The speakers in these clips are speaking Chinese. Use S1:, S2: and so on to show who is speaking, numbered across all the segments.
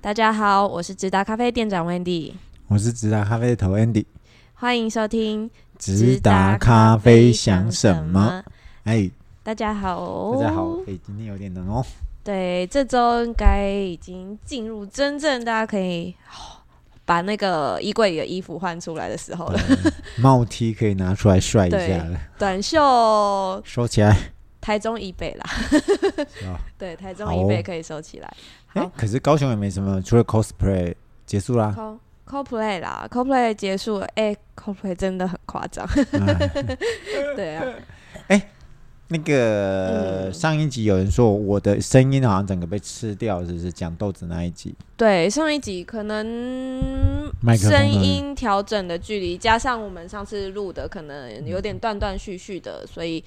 S1: 大家好，我是直达咖啡店长 Wendy，
S2: 我是直达咖啡的头 Andy。
S1: 欢迎收听。
S2: 直达咖啡想什么？？哎，
S1: 大家好，哦
S2: 大家好，哎，今天有点冷哦。
S1: 对，这周应该已经进入真正大家可以哦把那个衣柜里的衣服换出来的时候 了。
S2: 帽 T 可以拿出来帅一下了，
S1: 短袖，
S2: 收起来。
S1: 台中以北啦，
S2: 哦
S1: 对，台
S2: 好
S1: 中
S2: 哦
S1: 以北可以收起来。好
S2: 哎，可是高雄也没什么，除了 cosplay 结束啦。
S1: Co CoPlay 啦，CoPlay 结束了，哎、c o p l a y 真的很夸张，
S2: 哎
S1: 对啊，
S2: 那个
S1: 嗯
S2: 上一集有人说我的声音好像整个被吃掉，是不是？讲豆子那一集，
S1: 对，上一集可能
S2: 麦克风的
S1: 声音调整的距离，加上我们上次录的可能有
S2: 嗯
S1: 点断断续续的，所以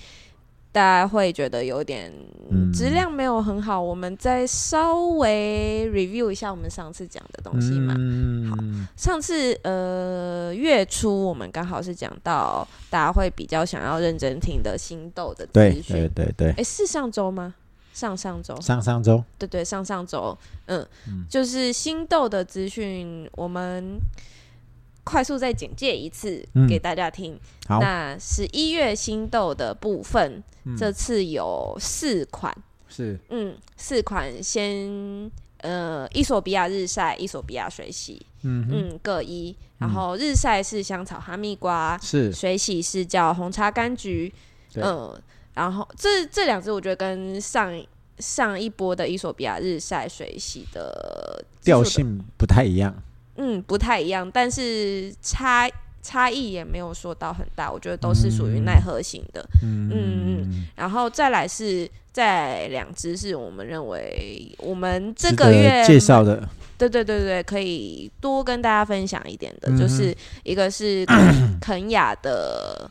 S1: 大家会觉得有点
S2: 嗯
S1: 质量没有很好。我们再稍微 review 一下我们上次讲的东西嘛。
S2: 嗯，
S1: 上次呃月初我们刚好是讲到大家会比较想要认真听的星斗的
S2: 对
S1: 资
S2: 对
S1: 讯，
S2: 对对，
S1: 哎，是上周吗？上上周，
S2: 上上周
S1: 对对，上上周，嗯，就是星斗的资讯，我们快速再简介一次
S2: 嗯
S1: 给大家听。
S2: 好，
S1: 那十一月星斗的部分，
S2: 嗯
S1: 这次有四款，
S2: 是
S1: 嗯，四款先。呃，伊索比亚日晒、伊索比亚水洗，
S2: 嗯哼
S1: 嗯，各一。然后日晒是香草哈密瓜，
S2: 是
S1: 水洗是叫红茶柑橘，
S2: 对
S1: 嗯，然后这这两支我觉得跟上一上一波的伊索比亚日晒水洗的
S2: 调
S1: 技术的，
S2: 性不太一样，
S1: 嗯，不太一样，但是差差异也没有说到很大，我觉得都是属于耐喝型的，
S2: 嗯
S1: 嗯
S2: 嗯
S1: 然后再来是再两支是我们认为我们这
S2: 值
S1: 个
S2: 得
S1: 月
S2: 介绍的
S1: 对对对对，可以多跟大家分享一点的，
S2: 嗯哼
S1: 就是一个 是肯雅的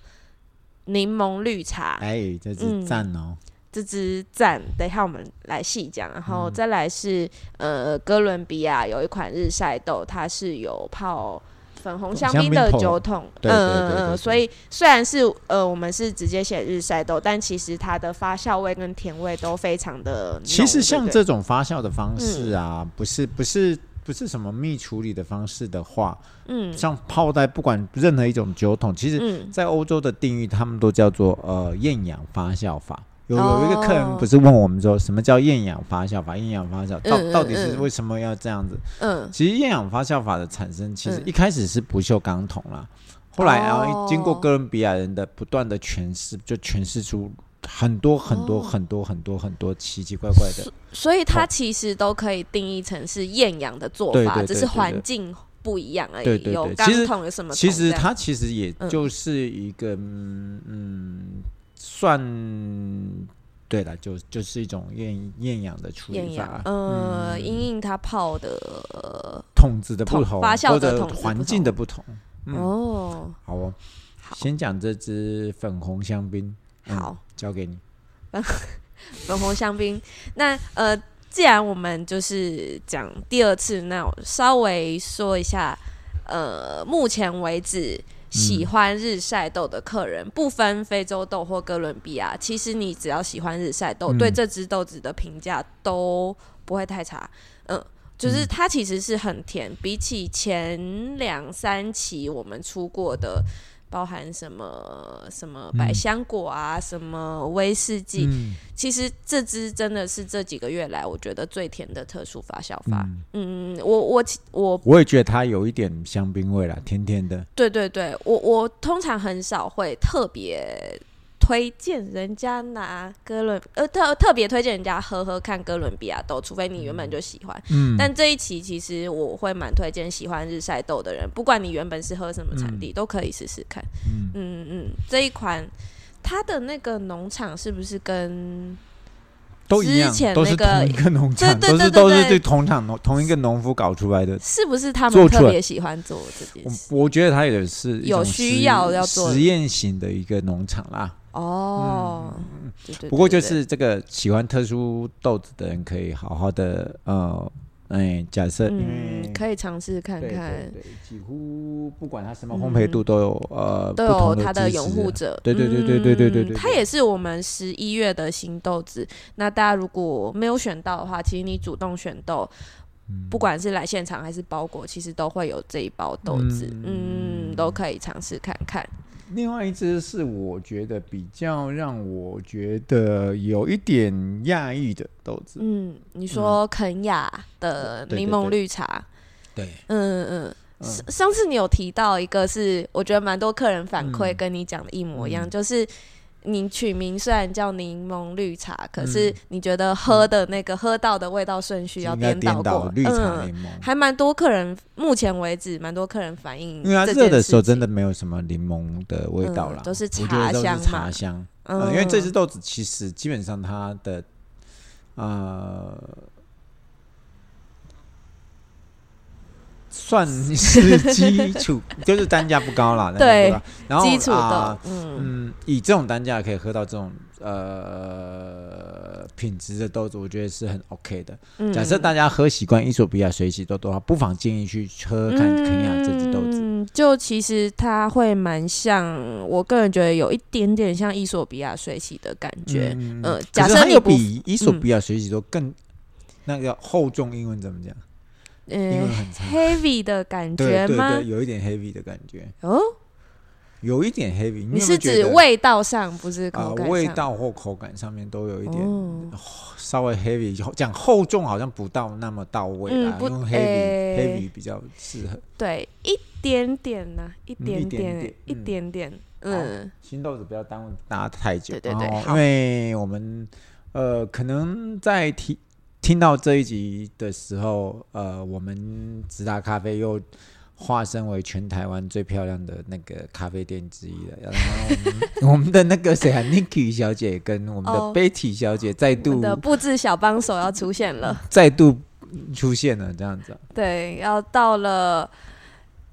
S1: 柠檬绿茶，
S2: 哎，这
S1: 嗯
S2: 是赞哦，
S1: 这支赞，等一下我们来细讲。然
S2: 嗯
S1: 后再来是、呃，哥伦比亚有一款日晒豆，它是有泡粉红香槟的
S2: 香槟头
S1: 酒桶，
S2: 对对对对
S1: 嗯嗯
S2: 对
S1: 嗯。所以虽然是呃，我们是直接写日晒豆，但其实它的发酵味跟甜味都非常的浓。
S2: 其实像
S1: 对不对
S2: 这种发酵的方式啊，
S1: 嗯
S2: 不是不是不是什么蜜处理的方式的话，
S1: 嗯
S2: 像泡在不管任何一种酒桶，其实
S1: 嗯
S2: 在欧洲的定义，他们都叫做呃厌氧发酵法。有
S1: 哦
S2: 有一个客人不是问我们说什么叫厌氧发酵法？厌氧发酵
S1: 嗯嗯
S2: 到到底是
S1: 嗯
S2: 为什么要这样子？
S1: 嗯
S2: 其实厌氧发酵法的产生，其实
S1: 嗯
S2: 一开始是不锈钢桶啦，后来然
S1: 哦
S2: 后经过哥伦比亚人的不断的诠释，就诠释出很多很多
S1: 哦
S2: 很多很多很多奇奇怪怪的
S1: 所以它其实都可以定义成是艳阳的做
S2: 对
S1: 法，
S2: 对对
S1: 只是
S2: 对对
S1: 环境不一样而已。
S2: 对对对
S1: 有
S2: 其
S1: 钢
S2: 实
S1: 桶有什么桶这
S2: 其
S1: 样？
S2: 实它其实也
S1: 嗯
S2: 就是一个嗯嗯，算对了，就就是一种厌厌氧的处
S1: 艳
S2: 理
S1: 阳
S2: 法，，嗯
S1: 呃，因应它泡的、
S2: 桶子的不
S1: 桶
S2: 同，
S1: 发酵
S2: 或
S1: 的
S2: 者
S1: 桶子不
S2: 环
S1: 同
S2: 境的不同。嗯
S1: 哦，
S2: 好哦，
S1: 好
S2: 先讲这支粉红香槟，嗯
S1: 好，
S2: 交给你。
S1: 粉红香槟。那呃，既然我们就是讲第二次，那我稍微说一下，呃，目前为止。喜欢日晒豆的客人，不分非洲豆或哥伦比亚，其实你只要喜欢日晒豆，
S2: 嗯
S1: 对这支豆子的评价都不会太差。嗯，就是它其实是很甜，比起前两三期我们出过的，包含什么什么百香果啊，什么威士忌，
S2: 嗯
S1: 其实这支真的是这几个月来我觉得最甜的特殊发酵法。
S2: 嗯，
S1: 嗯，我我其我
S2: 我也觉得它有一点香槟味啦，甜甜的。
S1: 对对对，我我通常很少会特别推荐人家拿哥伦呃特特别推荐人家喝喝看哥伦比亚豆，除非你原本就喜欢。
S2: 嗯，
S1: 但这一期其实我会蛮推荐喜欢日晒豆的人，不管你原本是喝什么产地，都可以试试看。
S2: 嗯
S1: 嗯嗯，这一款它的那个农场是不是跟
S2: 都一样
S1: 之前，
S2: 都
S1: 那
S2: 是
S1: 个
S2: 同一个农场，
S1: 对
S2: 都
S1: 对对对
S2: 是都是
S1: 对
S2: 对同厂农同一个农夫搞出来的。
S1: 是不是他们
S2: 做出来
S1: 特别喜欢做这件
S2: 我
S1: 事？
S2: 我觉得它也是一种
S1: 有需要要做的
S2: 实实验型的一个农场啦。嗯
S1: 哦，对对对
S2: 不过就
S1: 对对
S2: 是这个喜欢特殊豆子的人，可以好好的呃，哎，假设因为
S1: 嗯，可以尝试看
S2: 对
S1: 看，嗯
S2: 对对，几乎不管它什么烘焙度都有呃
S1: 都
S2: 不同
S1: 有
S2: 的
S1: 它的
S2: 知识
S1: 拥护者。
S2: 对对对对对对对对
S1: 嗯它也是我们十一月的新豆子。那大家如果没有选到的话，其实你主动选豆。
S2: 嗯
S1: 不管是来现场还是包裹，其实都会有这一包豆子，嗯，都可以尝试看看。
S2: 另外一只是我觉得比较让我觉得有一点讶异的豆子，
S1: 嗯，你说肯雅的
S2: 对对
S1: 柠檬
S2: 对
S1: 绿茶，
S2: 对，
S1: 嗯嗯嗯，
S2: 嗯
S1: 上上次你有提到一个是，我觉得蛮多客人反馈
S2: 嗯
S1: 跟你讲的一模一样，
S2: 嗯
S1: 就是你取名虽然叫柠檬绿茶，可是
S2: 嗯
S1: 你觉得喝的那个、喝到的味道顺序要
S2: 应该
S1: 倒
S2: 颠
S1: 过，
S2: 绿茶
S1: 嗯，
S2: 柠檬，
S1: 还蛮多客人，目前为止蛮多客人反映，
S2: 因为它热的时候真的，没有什么柠檬的味道
S1: 嗯
S2: 啦，
S1: 都是
S2: 我觉得
S1: 茶
S2: 都是
S1: 香嘛
S2: 茶香。嗯，因为这只豆子其实基本上它的呃，算是基础，就是单价不高啦，单价
S1: 对
S2: 不高，然后
S1: 基础的，
S2: 啊
S1: 嗯
S2: 嗯，以这种单价可以喝到这种呃品质的豆子，我觉得是很 OK 的。
S1: 嗯
S2: 假设大家喝习惯伊索比亚水洗豆的话，不妨建议去喝看肯亚这只豆子。
S1: 嗯，就其实它会蛮像，我个人觉得有一点点像伊索比亚水洗的感觉。
S2: 嗯
S1: 呃
S2: 可
S1: 假
S2: 是
S1: 设
S2: 它
S1: 你
S2: 又
S1: 不嗯
S2: 比伊索比亚水洗豆更那个厚重，英文怎么讲？英
S1: 嗯
S2: 文很差。
S1: heavy 的感
S2: 对
S1: 觉
S2: 对
S1: 吗
S2: 对，？有一点 heavy 的感觉，
S1: 哦，
S2: 有一点 heavy 有没有
S1: 你是
S2: 觉
S1: 指
S2: 得
S1: 味道上，不是
S2: 啊、
S1: 口感上？
S2: 味道或口感上面都有一点、
S1: 哦
S2: 稍微 heavy，讲厚重好像不到那么到位
S1: 嗯
S2: 啦，
S1: 不
S2: 用 heavy、
S1: 诶
S2: heavy 比较适合。
S1: 对，一点点呐、一
S2: 嗯
S1: 点
S2: 一点
S1: 点
S2: 点，
S1: 一
S2: 嗯
S1: 点点，嗯
S2: 新豆子不要耽误大家太久，
S1: 对对对
S2: 然后
S1: 好
S2: 因为我们呃可能在听听到这一集的时候，呃，我们直达咖啡又化身为全台湾最漂亮的那个咖啡店之一了。然后我 们我们的那个谁啊，Niki 小姐跟我们的
S1: 哦
S2: Betty 小姐再
S1: 我
S2: 度
S1: 们的布置小帮手要出现了。
S2: 再度出现了，这样子啊。
S1: 对，要到了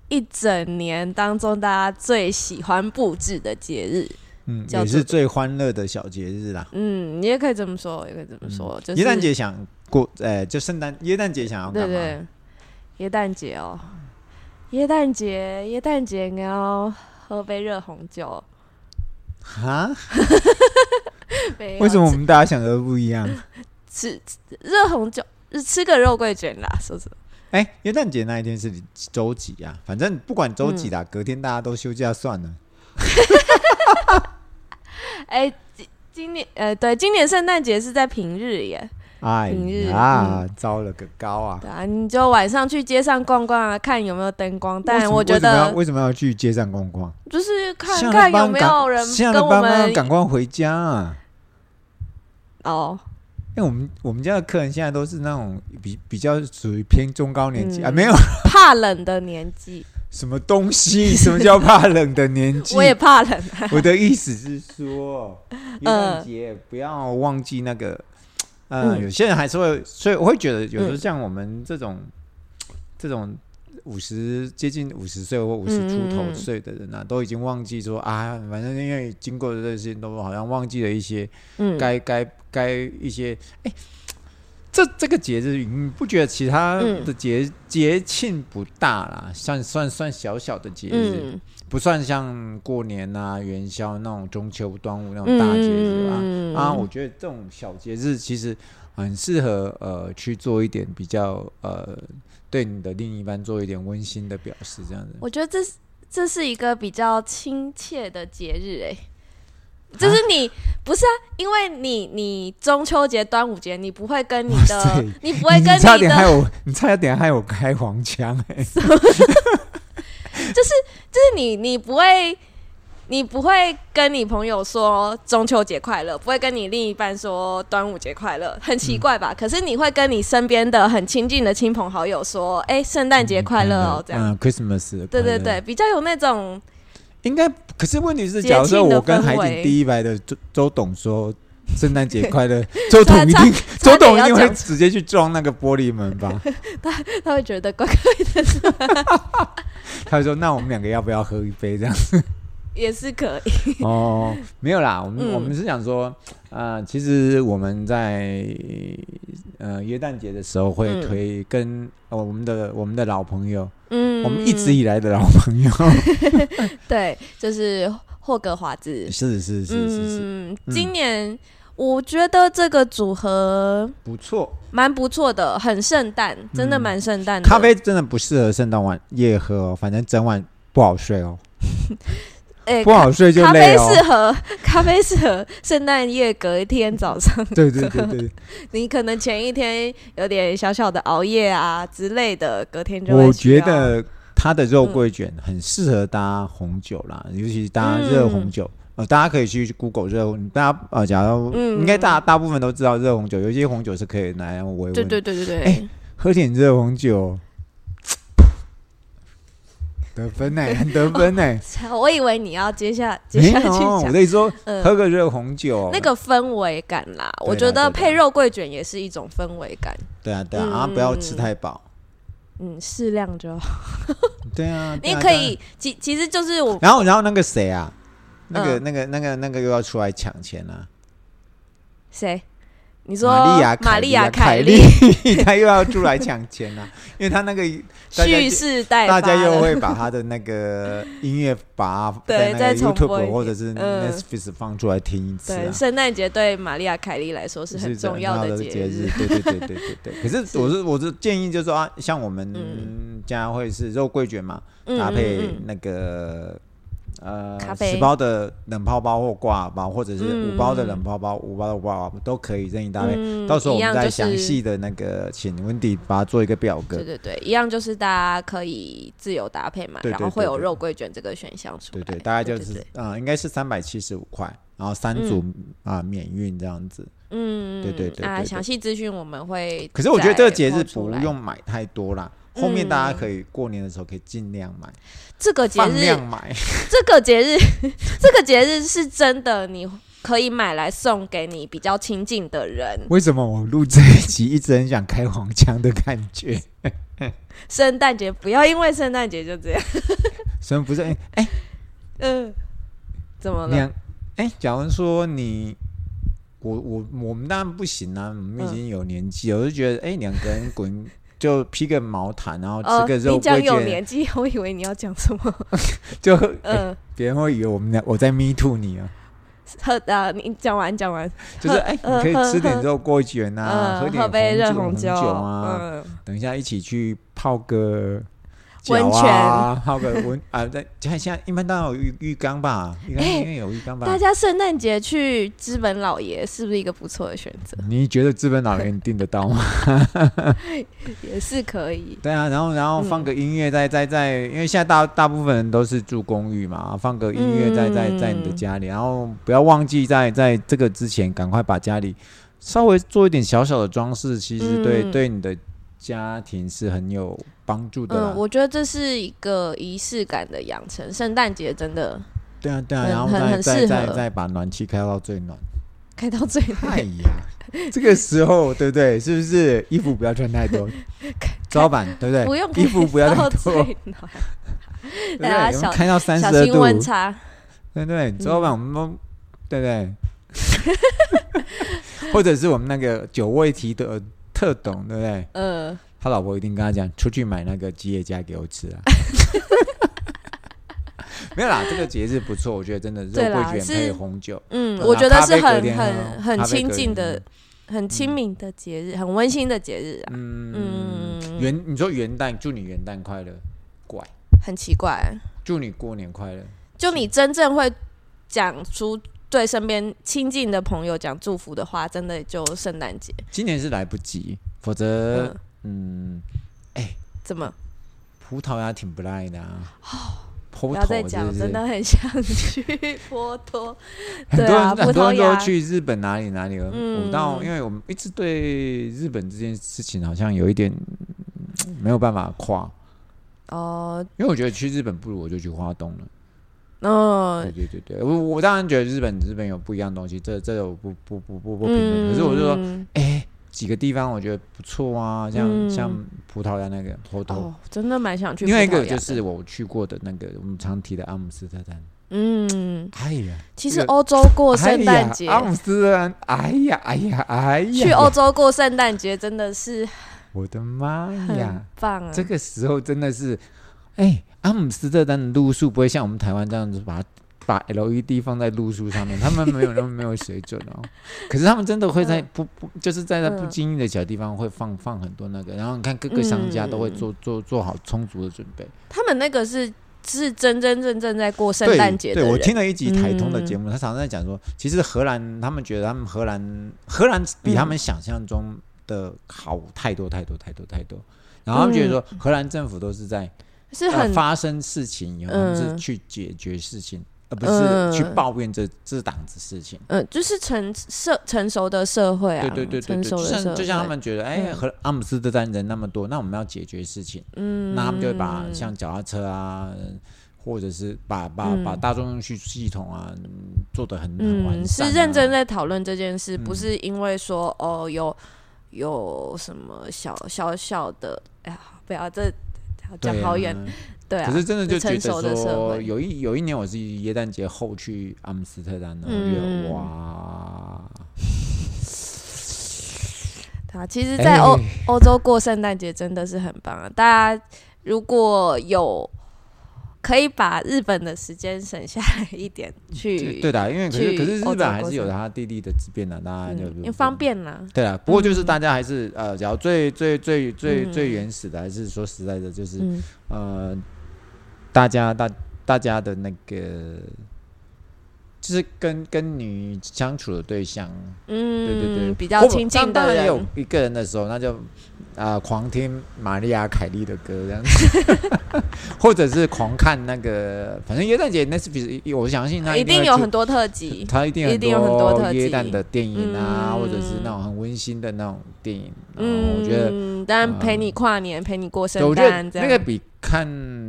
S1: 一整年当中大家最喜欢布置的节日，
S2: 嗯，
S1: 叫
S2: 也
S1: 做
S2: 是最欢乐的小节日啦。
S1: 嗯，你也可以这么说，也可以这么说，就是
S2: 嗯耶诞节想过，呃，就圣诞、耶诞节想要
S1: 对
S2: 干嘛？
S1: 对，耶诞节哦，耶诞节，耶诞节应该要喝杯热红酒。
S2: 哈，
S1: 没有啊
S2: 为什么我们大家想的不一样？
S1: 吃吃热红酒？吃个肉桂卷啦，说实话
S2: 哎、元旦节那一天是周几啊？反正不管周
S1: 嗯
S2: 几啦，隔天大家都休假算了。
S1: 哎、今今年呃，对，今年圣诞节是在平日耶，
S2: 哎
S1: 平日嗯
S2: 呀，糟了个高啊！
S1: 对啊，你就晚上去街上逛逛啊，看有没有灯光。
S2: 为什
S1: 但
S2: 么
S1: 我觉
S2: 为什么
S1: 得
S2: 要为什么要去街上逛逛？
S1: 就是看
S2: 下了
S1: 看
S2: 班
S1: 有没有人
S2: 赶下
S1: 跟
S2: 了
S1: 我
S2: 班要
S1: 们
S2: 赶快回家啊！
S1: 哦，
S2: 因为我们我们家的客人现在都是那种比比较属于偏中高年纪、啊，
S1: 嗯
S2: 没有
S1: 怕冷的年纪，
S2: 什么东西，什么叫怕冷的年纪？
S1: 我也怕冷啊、
S2: 我的意思是说，元旦节不要忘记那个，呃，
S1: 呃嗯
S2: 有些人还是会，所以我会觉得有时候像我们这种、
S1: 嗯
S2: 这种五十接近五十岁或五十出
S1: 嗯嗯
S2: 头
S1: 嗯
S2: 岁的人啊，都已经忘记说啊，反正因为经过的这些都好像忘记了一些
S1: 嗯，
S2: 该该该一些哎。这这个节日，你不觉得其他
S1: 嗯
S2: 的节、节庆不大啦，算算算小小的节日，
S1: 嗯，
S2: 不算像过年啊、元宵那种中秋、端午那种大节日啊、
S1: 嗯
S2: 啊，我觉得这种小节日其实很适合呃去做一点比较呃对你的另一半做一点温馨的表示，这样子。
S1: 我觉得这是这是一个比较亲切的节日、哎。就是你不是啊，因为你你中秋节、端午节，你不会跟你
S2: 哇
S1: 的
S2: 塞，
S1: 你不会
S2: 你
S1: 跟
S2: 差点害
S1: 的，
S2: 我， 你差点害我开黄腔哎、
S1: 就是你你不会，你不会跟你朋友说中秋节快乐，不会跟你另一半说端午节快乐，很奇怪
S2: 嗯
S1: 吧？可是你会跟你身边的很亲近的亲朋好友说，哎、圣诞节快乐哦，这样。
S2: 嗯，Christmas，的
S1: 对对
S2: 快乐
S1: 对，，比较有那种
S2: 应该。可是问题是，
S1: 节
S2: 假如
S1: 庆
S2: 说
S1: 的
S2: 我跟
S1: 氛
S2: 海
S1: 围
S2: 景第一排的周周董说。圣诞节 快乐！周董一
S1: 啊差
S2: 定，周
S1: 差点
S2: 董一
S1: 要
S2: 定会
S1: 讲
S2: 直接去撞那个玻璃门吧？
S1: 他会觉得怪怪，
S2: 他说：“那我们两个要不要喝一杯？”这样
S1: 也是可以。
S2: 哦， 没有啦，我们、
S1: 嗯
S2: 我们是想说，呃，其实我们在呃耶诞节的时候会
S1: 嗯
S2: 推跟、呃我们的我们的老朋友，
S1: 嗯，
S2: 我们一直以来的老朋友，
S1: 对，就是霍格华兹。
S2: 是是是是是，
S1: 嗯，
S2: 嗯
S1: 今年我觉得这个组合
S2: 不错。
S1: 蛮不错的，很圣诞，真的蛮圣诞的。
S2: 嗯咖啡真的不适合圣诞晚夜喝哦，反正整晚不好睡哦，
S1: 哎，
S2: 不好睡就
S1: 咖啡
S2: 累哦。
S1: 适合，咖啡适合圣诞夜隔一天早上，
S2: 对对对对，
S1: 你可能前一天有点小小的熬夜啊之类的，隔天就会
S2: 我
S1: 需
S2: 觉
S1: 要
S2: 得它的肉桂卷很适合搭红酒啦，
S1: 嗯
S2: 尤其是搭热红酒。呃，大家可以去 Google 热红，大家呃，假如、
S1: 嗯
S2: 应该大大部分都知道热红酒，有些红酒是可以拿来维稳。
S1: 对对对对对，
S2: 哎喝点热红酒， 得分呢、很得分呢、
S1: 我以为你要接下 接
S2: 没
S1: 下
S2: 有，
S1: 去
S2: 我
S1: 讲。
S2: 的意思说，
S1: 嗯
S2: 喝个热红酒，
S1: 那个氛围感啦，我
S2: 对啦
S1: 觉得
S2: 对啦
S1: 配肉桂卷也是一种氛围感。
S2: 对啊对啊，啊不要吃太饱，
S1: 嗯，适量就好。
S2: 对啊，对
S1: 你
S2: 啊
S1: 可。以，其其实就是我
S2: 对啊然后然后那个谁啊，那个
S1: 嗯
S2: 那个那个那个又要出来抢钱啊了，
S1: 谁？你说
S2: 玛丽亚
S1: 玛丽亚凯
S2: 凯莉，啊 他又要出来抢 钱了，因为他那个大家
S1: 蓄势待
S2: 大
S1: 发
S2: 家又
S1: 了
S2: 会把他的那个音乐把它
S1: 对再
S2: 在那
S1: 重
S2: 个
S1: 播一
S2: YouTube
S1: 遍
S2: 或者是
S1: 嗯
S2: Netflix 放出来听一次啊
S1: 对，。圣诞节对玛丽亚·凯莉来说是
S2: 是
S1: 很重
S2: 要
S1: 的
S2: 节
S1: 节日。，
S2: 对对对对对 对。可是我是我是建议，就是说啊，像我们
S1: 嗯
S2: 家会是肉桂卷嘛，
S1: 嗯
S2: 搭配
S1: 嗯嗯
S2: 那个呃
S1: 咖啡
S2: 十包的冷泡包或挂包，或者是
S1: 嗯
S2: 五包的冷泡包、五包的挂包都可以任意搭配。
S1: 嗯
S2: 到时候我
S1: 一
S2: 们
S1: 样
S2: 再
S1: 就
S2: 详
S1: 是
S2: 细的那个，请温迪把它做一个表格
S1: 对。对对，一样就是大家可以自由搭配嘛，
S2: 对对
S1: 然后会
S2: 对
S1: 有
S2: 对
S1: 肉桂卷这个选项出
S2: 对
S1: 来。
S2: 对，大概就是
S1: 对
S2: 啊，呃应该是三百七十五块，然后三组啊免运这样子。
S1: 嗯，
S2: 对对对
S1: 啊，
S2: 对对
S1: 详细资讯我们会。
S2: 可是我觉得这个节日不，用买太多啦，后面大家可以过年的时候可以尽量买，
S1: 这个嗯节
S2: 放
S1: 日
S2: 量 买。
S1: 这个节日， 这个节日是真的，你可以买来送给你比较亲近的人。
S2: 为什么我录这一集一直很想开黄腔的感觉？
S1: 圣诞节不要因为圣诞节就这样，
S2: 虽然不是哎哎
S1: 嗯，怎么了？
S2: 两哎，假如说你。我我我们当然不行啊，我们已
S1: 嗯
S2: 经有年纪了，我就觉得哎，两个人滚就披个毛毯，然后
S1: 哦，
S2: 吃个肉
S1: 你
S2: 桂
S1: 讲有
S2: 卷，
S1: 年纪，我以为你要讲什么。
S2: 就喝 哎
S1: 嗯，
S2: 别人会以为我们俩我在 me too 你啊，
S1: 喝啊，你讲完讲完，
S2: 就是哎，你
S1: 呃
S2: 可以
S1: 喝
S2: 吃点
S1: 喝
S2: 肉桂卷啊，
S1: 嗯，
S2: 喝点
S1: 喝杯热
S2: 红
S1: 红酒
S2: 啊，
S1: 嗯，
S2: 等一下一起去泡个脚
S1: 温
S2: 啊， 泡个温啊，在看现在一般都有浴浴缸吧，浴缸
S1: 哎
S2: 因为有浴缸吧
S1: 大。家圣诞节去资本老爷是不是一个不错的选 择？
S2: 你觉得资本老人订得到吗？
S1: 也是可以，
S2: 对啊，然后然后
S1: 嗯
S2: 放个音乐在在在，因为现在大大部分人都是住公寓嘛，放个音乐在在在你的
S1: 嗯
S2: 家里，然后不要忘记在在这个之前赶快把家里稍微做一点小小的装饰，其实对、
S1: 嗯
S2: 对你的家庭是很有帮助的啦。
S1: 嗯，我觉得这是一个仪式感的养成，圣诞节真的
S2: 对啊，对啊，
S1: 很
S2: 然后
S1: 很
S2: 再
S1: 很
S2: 再
S1: 适
S2: 再
S1: 合
S2: 再把暖气开到最暖。
S1: 开到最
S2: 哎呀，这个时候对不对？是不是衣服不要穿太 多？招板对不对？
S1: 不用
S2: 哎衣服不要
S1: 开
S2: 太
S1: 到
S2: 多，
S1: 最
S2: 对
S1: 暖，
S2: 不
S1: 大家
S2: 对？我们
S1: 小
S2: 开到三十
S1: 小
S2: 二
S1: 心
S2: 度，
S1: 温差。
S2: 对不
S1: 嗯
S2: 对？招板我们都对不 对？或者是我们那个九味提的特懂，对不对？
S1: 嗯，
S2: 他老婆一定跟他讲，出去买那个吉野家给我吃啊。 没有啦，这个节日不错，我觉得真的肉
S1: 对啦
S2: 桂卷
S1: 是
S2: 配红酒，
S1: 嗯，
S2: 对
S1: 我
S2: 啊
S1: 觉得
S2: 咖
S1: 是
S2: 啡隔
S1: 很
S2: 天喝哦
S1: 很很
S2: 咖啡
S1: 亲
S2: 隔
S1: 近
S2: 天嗯喝
S1: 的、很亲民的节日，很温馨的节日啊，
S2: 嗯，
S1: 嗯
S2: 元你说元旦，祝你元旦快乐，怪，
S1: 很奇怪。
S2: 祝你过年快乐。
S1: 就你真正会讲出对身边亲近的朋友讲祝福的话，真的就圣诞节。
S2: 今年是来不及，
S1: 嗯
S2: 否则，嗯，
S1: 怎么
S2: 葡萄牙挺不赖的啊。
S1: 哦
S2: 葡
S1: 不要再
S2: 萄
S1: 讲了？
S2: 是不是
S1: 真的很想 去波多。
S2: 很
S1: 对
S2: 多
S1: 啊
S2: 人很多
S1: 葡萄
S2: 人
S1: 牙
S2: 都去日本哪里哪里了。我到，
S1: 嗯
S2: 因为我们一直对日本这件事情好像有一点嗯没有办法跨，
S1: 哦，
S2: 因为我觉得去日本不如我就去花东了。
S1: 嗯
S2: 对对对对，我我当然觉得日本日本有不一样的东西，这这我不不不不不评论。可是我就说，
S1: 嗯
S2: 哎、几个地方我觉得不错啊，像、
S1: 嗯
S2: 像葡萄牙那个波头，
S1: 哦，真的蛮想去。
S2: 另外一个就是，我去过的那个我们常提的阿姆斯特丹。
S1: 嗯，
S2: 哎呀，
S1: 其实
S2: 这个
S1: 欧洲过圣诞节
S2: 哎呀，阿姆斯特丹，哎呀，哎呀，哎呀，
S1: 去欧，洲过圣诞节真的是
S2: 我的妈
S1: 很
S2: 哎呀，
S1: 棒啊！
S2: 这个时候真的是，哎、阿姆斯特丹的路数不会像我们台湾这样子把它把 LED 放在路书上面，他们没有那么没有水准 哦。可是他们真的会在
S1: 嗯
S2: 不不，就是在那不
S1: 嗯
S2: 经意的小地方会放放很多那个，然后你看各个商家都会
S1: 嗯
S2: 做做做好充足的准备。
S1: 他们那个是是真真正正在过圣
S2: 对
S1: 诞节的
S2: 对
S1: 人，嗯
S2: 我听了一集台通的节目，他常常在讲说，其实荷兰他们觉得他们荷兰荷兰比他们想象中的好太多太多太多太多。然后他们觉得说，
S1: 嗯
S2: 荷兰政府都是在、
S1: 是
S2: 呃、
S1: 很
S2: 发生事情以后，他们是
S1: 嗯
S2: 去解决事情，而不
S1: 嗯
S2: 是去抱怨这这档子事情。
S1: 嗯，就是成社成熟的社会啊，
S2: 对对对对
S1: 成
S2: 对，
S1: 熟
S2: 就
S1: 的社
S2: 像
S1: 会，
S2: 就像他们觉得，哎，
S1: 嗯
S2: 和阿姆斯特丹人那么多，那我们要解决事情，
S1: 嗯，
S2: 那他们就会把像脚踏车啊，或者是把把把
S1: 嗯
S2: 大众运输系统啊嗯做得很很
S1: 嗯
S2: 完
S1: 是
S2: 善啊，
S1: 认真在讨论这件事，
S2: 嗯
S1: 不是因为说哦有有什么小小小的，哎呀，不要这
S2: 对啊
S1: 讲好远，对啊，
S2: 可是真的就觉
S1: 是成熟
S2: 得
S1: 的社
S2: 说，
S1: 会
S2: 有一有一年我是耶诞节后去阿姆斯特丹的，我觉得
S1: 嗯
S2: 哇，
S1: 对啊，其实，在欧
S2: 哎
S1: 欧洲过圣诞节真的是很棒啊！大家如果有可以把日本的时间省下来一点
S2: 对
S1: 去，
S2: 对的，因为可是
S1: 去
S2: 可是日
S1: 欧洲
S2: 本还
S1: 过
S2: 是有
S1: 程
S2: 它地利的之便的，大家就
S1: 嗯，
S2: 不
S1: 也方。便嗯啦。
S2: 对啊，不过就是大家还是、呃，假如最最最最最原始的，还是说实在的，就是、
S1: 嗯，
S2: 呃，大家大大家的那个，就是跟跟你相处的对象，
S1: 嗯，
S2: 对对对，
S1: 比较
S2: 我
S1: 亲近
S2: 当
S1: 的
S2: 当然有
S1: 人，
S2: 一个人的时候，那就啊、呃狂听玛丽亚凯莉的歌这样子， 或者是狂看那个，反正耶诞节那是比我相信他
S1: 一定
S2: 定会
S1: 有
S2: 出
S1: 很多特辑。
S2: 他一定
S1: 一定有很多特
S2: 耶
S1: 技
S2: 诞的电影啊，或者是
S1: 嗯
S2: 那种很温馨的那种电影。嗯，
S1: 嗯，
S2: 我觉得，呃
S1: 当然陪你跨年，陪你过
S2: 对我
S1: 圣
S2: 觉得
S1: 诞，这
S2: 那
S1: 样
S2: 个比看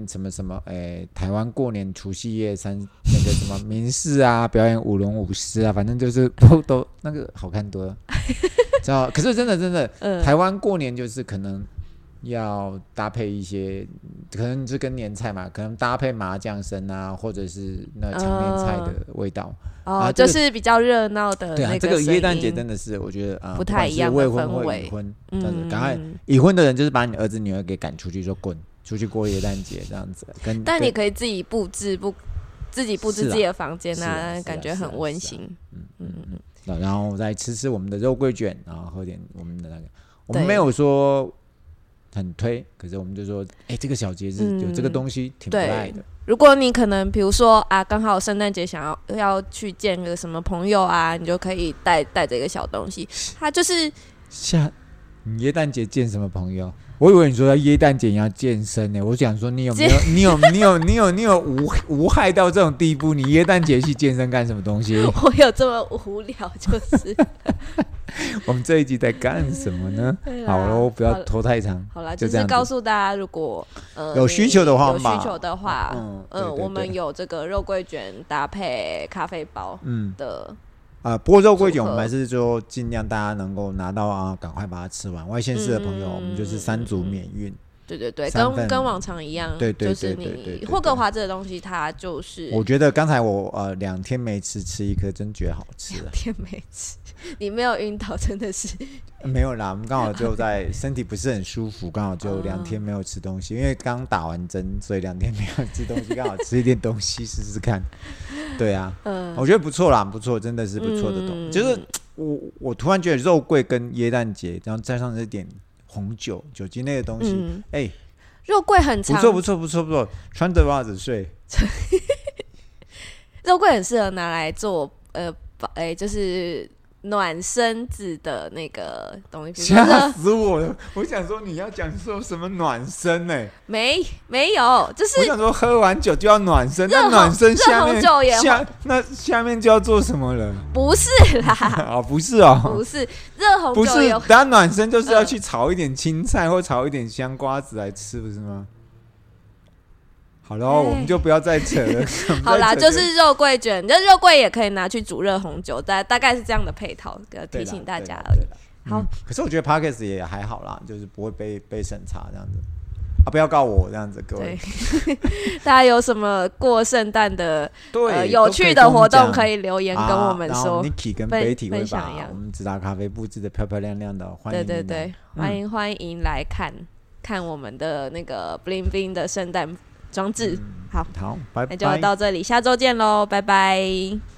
S2: 什么什么，哎、台湾过年除夕夜三那个什么民事啊，表演舞龙舞狮啊，反正就是 都都那个好看多了。 知道？可是真的真的，
S1: 嗯
S2: 台湾过年就是可能。要搭配一些，可能是跟年菜嘛，可能搭配麻酱生啊，或者是那个常年菜的
S1: 嗯
S2: 味道。啊
S1: 哦，
S2: 这
S1: 就
S2: 个
S1: 是比较热闹的
S2: 对
S1: 呃那
S2: 啊，这
S1: 个
S2: 个耶
S1: 声
S2: 诞节
S1: 音
S2: 真的是，我觉得啊，
S1: 不
S2: 不
S1: 太
S2: 管
S1: 一
S2: 是
S1: 样的
S2: 未婚
S1: 氛
S2: 或
S1: 围
S2: 已婚，这样子，
S1: 嗯，
S2: 赶快已婚的人就是把你儿子女儿给赶出去，说滚出去过耶诞节这样子。跟
S1: 但你
S2: 跟
S1: 可以自己布置不自己布置
S2: 是啊
S1: 自己的房间
S2: 是啊是啊
S1: 感觉很温馨。嗯
S2: 那然后再吃吃我们的肉桂卷，然后喝点我们的那个，我们
S1: 对
S2: 没有说很推，可是我们就说，哎，这个小节日有这个
S1: 嗯
S2: 东西挺不
S1: 对
S2: 赖的，
S1: 如果你可能，比如说啊，刚好圣诞节想要要去见个什么朋友啊，你就可以带带着一个小东西，它就是
S2: 下你耶诞节见什么朋友？我以为你说要耶诞节你要健身呢、我想说你有没有你有你有你有你有无无害到这种地步？你耶诞节去健身干什么 东西？
S1: 我有这么无聊，就是
S2: 我们这一集在干什么呢？
S1: 对啦
S2: 好喽，不
S1: 好
S2: 要
S1: 了
S2: 拖太长。
S1: 好啦，
S2: 就
S1: 就
S2: 这样
S1: 是
S2: 子
S1: 告诉大家，如果呃
S2: 有需求的话
S1: 有
S2: 嘛
S1: 需求的话，嗯
S2: 对对对
S1: 我们有这个肉桂卷搭配咖啡包
S2: 嗯
S1: 的，
S2: 啊、不过肉桂卷
S1: 组合
S2: 我们还是说尽量大家能够拿到啊，赶快把它吃完。外县市的朋友，
S1: 嗯
S2: 我们就是三组免运。
S1: 对对对，
S2: 三份
S1: 跟跟往常一样，
S2: 对对
S1: 就是
S2: 对对对对
S1: 你
S2: 对
S1: 霍格华兹的东西，它就是
S2: 我觉得刚才我呃两天没吃，吃一颗真觉得好吃啊。
S1: 天没吃， 你没有晕倒，真的是
S2: 没有啦，我们刚好就在身体不是很舒服，刚好就两天没有吃东西，因为刚打完针，所以两天没有吃东西，刚好吃一点东西试试看。对啊，
S1: 嗯
S2: 我觉得不错啦，不错，真的是不错的东
S1: 嗯
S2: 就是我我突然觉得肉桂跟耶诞节，然后再上这点红酒酒精类的东西，
S1: 嗯，
S2: 哎、
S1: 肉桂很
S2: 不
S1: 长，
S2: 错不错不错不错，穿着袜子睡，
S1: 肉桂很适合拿来做呃，保哎、就是暖身子的那个东西，比如说
S2: 吓死我了！我想说你要讲说什么暖身呢、
S1: 没没有，就
S2: 我
S1: 是
S2: 想说喝完酒就要 暖身，那
S1: 热红
S2: 暖身下
S1: 热
S2: 面
S1: 红酒也
S2: 下那下面就要做什么了？
S1: 不是啦，
S2: 啊，不是哦，
S1: 不是热红
S2: 不
S1: 酒
S2: 是
S1: 有，
S2: 打暖身就是要
S1: 嗯
S2: 去炒一点青菜或炒一点香瓜子来吃，不是吗？好了，
S1: 哎
S2: 我们就不要 再扯了。我们
S1: 好啦，
S2: 再扯
S1: 就是肉桂卷，那肉桂也可以拿去煮热红酒，大大概是这样的配套，呃
S2: 对
S1: 提
S2: 啦
S1: 醒大家
S2: 对啦
S1: 而已
S2: 对。啦
S1: 好
S2: 嗯可是我觉得 Pockets 也还好啦，就是不会被被审查这样子啊，不要告我这样子，各位
S1: 对。， 大家有什么过圣诞的
S2: 对，
S1: 呃有趣的活动可以留言
S2: 跟
S1: 跟我们说。
S2: Niki 跟
S1: 分
S2: Betty 会
S1: 分享一
S2: 把
S1: 样
S2: 我们直达咖啡布置的漂漂亮亮的，欢迎
S1: 对对
S2: 你们
S1: 对，
S2: 嗯
S1: 欢迎欢迎来看看我们的那个 bling bling 的圣诞装置。好，
S2: 好，拜拜。嗯
S1: 那就到这里，下周见喽，拜拜。